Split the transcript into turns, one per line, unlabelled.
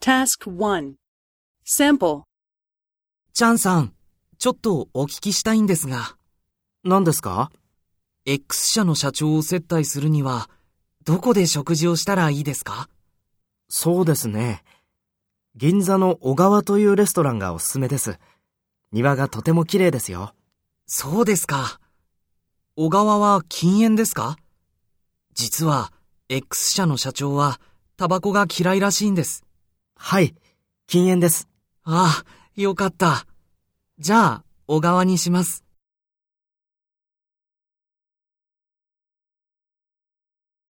Task 1 Sample
チャンさん、ちょっとお聞きしたいんですが。何ですか ?X 社の社長を接待するには、どこで食事をしたらいいですか
そうですね。銀座の小川というレストランがおすすめです。庭がとても綺麗ですよ。
そうですか。小川は禁煙ですか実は、X 社の社長は、タバコが嫌いらしいんです。
はい、禁煙です。
ああ、よかった。じゃあ、小川にします。